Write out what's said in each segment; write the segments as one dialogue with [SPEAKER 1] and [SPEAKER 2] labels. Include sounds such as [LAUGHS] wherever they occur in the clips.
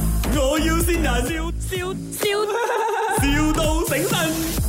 [SPEAKER 1] 要先人，笑笑笑，,笑到醒神。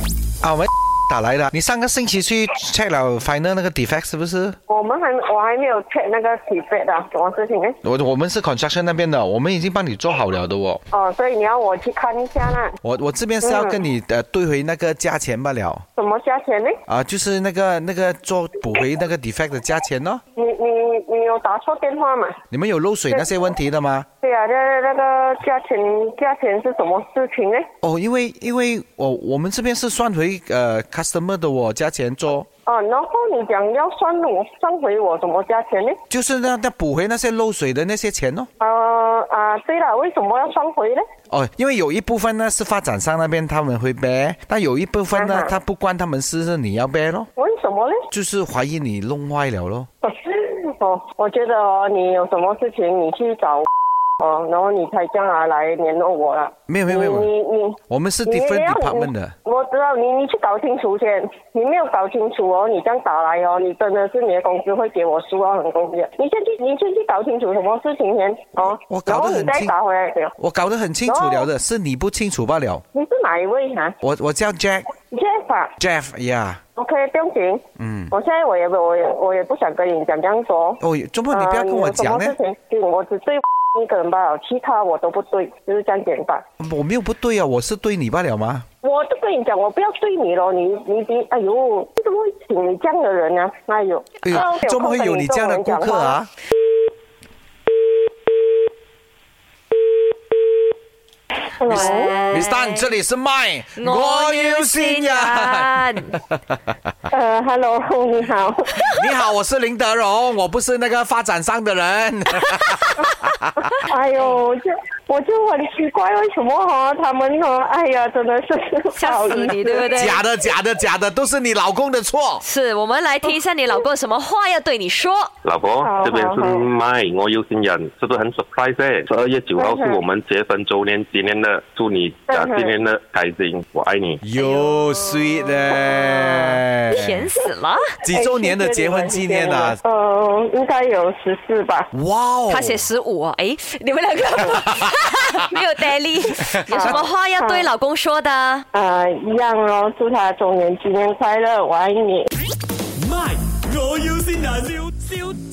[SPEAKER 2] 啊，喂， [LAUGHS] 打来了。你上个星期去 check 了 final 那个 defect 是不是？
[SPEAKER 3] 我们还我还没有 check 那个体费的什么事情呢？
[SPEAKER 2] 我我们是 construction 那边的，我们已经帮你做好了的哦。
[SPEAKER 3] 哦，所以你要我去看一下啦。
[SPEAKER 2] 我我这边是要跟你呃对回那个价钱罢了
[SPEAKER 3] 什么价钱呢？
[SPEAKER 2] 啊，就是那个那个做补回那个 defect 的价钱哦。
[SPEAKER 3] 你你你有打错电话嘛？
[SPEAKER 2] 你们有漏水那些问题的吗？
[SPEAKER 3] 对啊，那那个价钱价钱是什么事情呢？
[SPEAKER 2] 哦，因为因为我我们这边是算回呃 customer 的哦，价钱做
[SPEAKER 3] 哦，然后你讲要算我算回我什么价钱呢？
[SPEAKER 2] 就是那那补回那些漏水的那些钱哦。
[SPEAKER 3] 呃啊，对了，为什么要算回呢？
[SPEAKER 2] 哦，因为有一部分呢是发展商那边他们会 bear，但有一部分呢
[SPEAKER 3] 嗯哼
[SPEAKER 2] 他不关他们事，是你要 bear 咯，
[SPEAKER 3] 为什么呢？ [LAUGHS]
[SPEAKER 2] 就是怀疑你弄坏了咯。
[SPEAKER 3] 哦，我觉得哦，你有什么事情你去找哦，然后你才这样啊来联络我了。
[SPEAKER 2] 没有没有没
[SPEAKER 3] 你
[SPEAKER 2] 有，
[SPEAKER 3] 你你
[SPEAKER 2] 我们是
[SPEAKER 3] 你
[SPEAKER 2] different
[SPEAKER 3] 要
[SPEAKER 2] department 的。
[SPEAKER 3] 我我知道你，你去搞清楚先。你没有搞清楚哦，你这样打来哦，你真的是你的工资会给我输啊，很公平。你先去，你先去搞清楚什么事情先哦，
[SPEAKER 2] 我搞得很
[SPEAKER 3] 然后你再
[SPEAKER 2] 清
[SPEAKER 3] 打回来给我。
[SPEAKER 2] 我搞得很清楚了的，是你不清楚罢了。
[SPEAKER 3] 你是哪一位哈、啊、
[SPEAKER 2] 我我叫 Jack
[SPEAKER 3] ？Jeff 啊
[SPEAKER 2] Jeff 呀、
[SPEAKER 3] ，OK，不用紧。
[SPEAKER 2] 嗯，
[SPEAKER 3] 我现在我也我也我也不想跟你讲这样说。
[SPEAKER 2] 哦，周末你不要啊跟我讲呢
[SPEAKER 3] 呃、你有，什么事情我只对一个人罢了，其他我都不对，就是这样简单。
[SPEAKER 2] 我没有不对啊，我是对你罢了吗？
[SPEAKER 3] 我都跟你讲，我不要对你咯，你你你，哎呦，你怎么会请你这样的人呢、哎呦，
[SPEAKER 2] 哎呦
[SPEAKER 3] 啊，
[SPEAKER 2] 周末会有你这样的顾客啊？？
[SPEAKER 3] 我有空跟你做人讲话哎喂
[SPEAKER 2] Miss Tan，这里是麦，
[SPEAKER 4] 我要
[SPEAKER 2] 先
[SPEAKER 4] 先人，
[SPEAKER 3] 呃，Hello，你好，
[SPEAKER 2] [LAUGHS] 你好，我是林德荣，我不是那个发展商的人。
[SPEAKER 3] 哎呦，我就我就很奇怪，为什么哈、他们哈、哎呀，真的是
[SPEAKER 4] 吓死你，对不对？
[SPEAKER 2] 假的，假的，假的，都是你老公的错。
[SPEAKER 4] 是我们来听一下你老公有什么话要对你说。
[SPEAKER 5] 老婆
[SPEAKER 3] 好，
[SPEAKER 5] 这边是
[SPEAKER 3] 好好
[SPEAKER 5] 麦，我有新人，是不是很 surprise 欸？十二月九号
[SPEAKER 3] 嗯哼
[SPEAKER 5] 是我们结婚周年纪念的，祝你啊
[SPEAKER 3] 嗯哼
[SPEAKER 5] 纪念的开心，我爱
[SPEAKER 4] 哎
[SPEAKER 5] 你。
[SPEAKER 2] 哟，sweet 嘞，
[SPEAKER 4] 甜死了！
[SPEAKER 2] 几周年的结婚纪念啊！
[SPEAKER 3] 呃，应该有十四吧。
[SPEAKER 2] 哇哦，
[SPEAKER 4] 他写十五哦，哎，你们
[SPEAKER 2] [LAUGHS]
[SPEAKER 4] 两个没有 daily，有什么话要对老公说的？
[SPEAKER 3] 呃，一样哦，祝他周年纪念快乐，我爱你。
[SPEAKER 1] 卖，我要先人，笑笑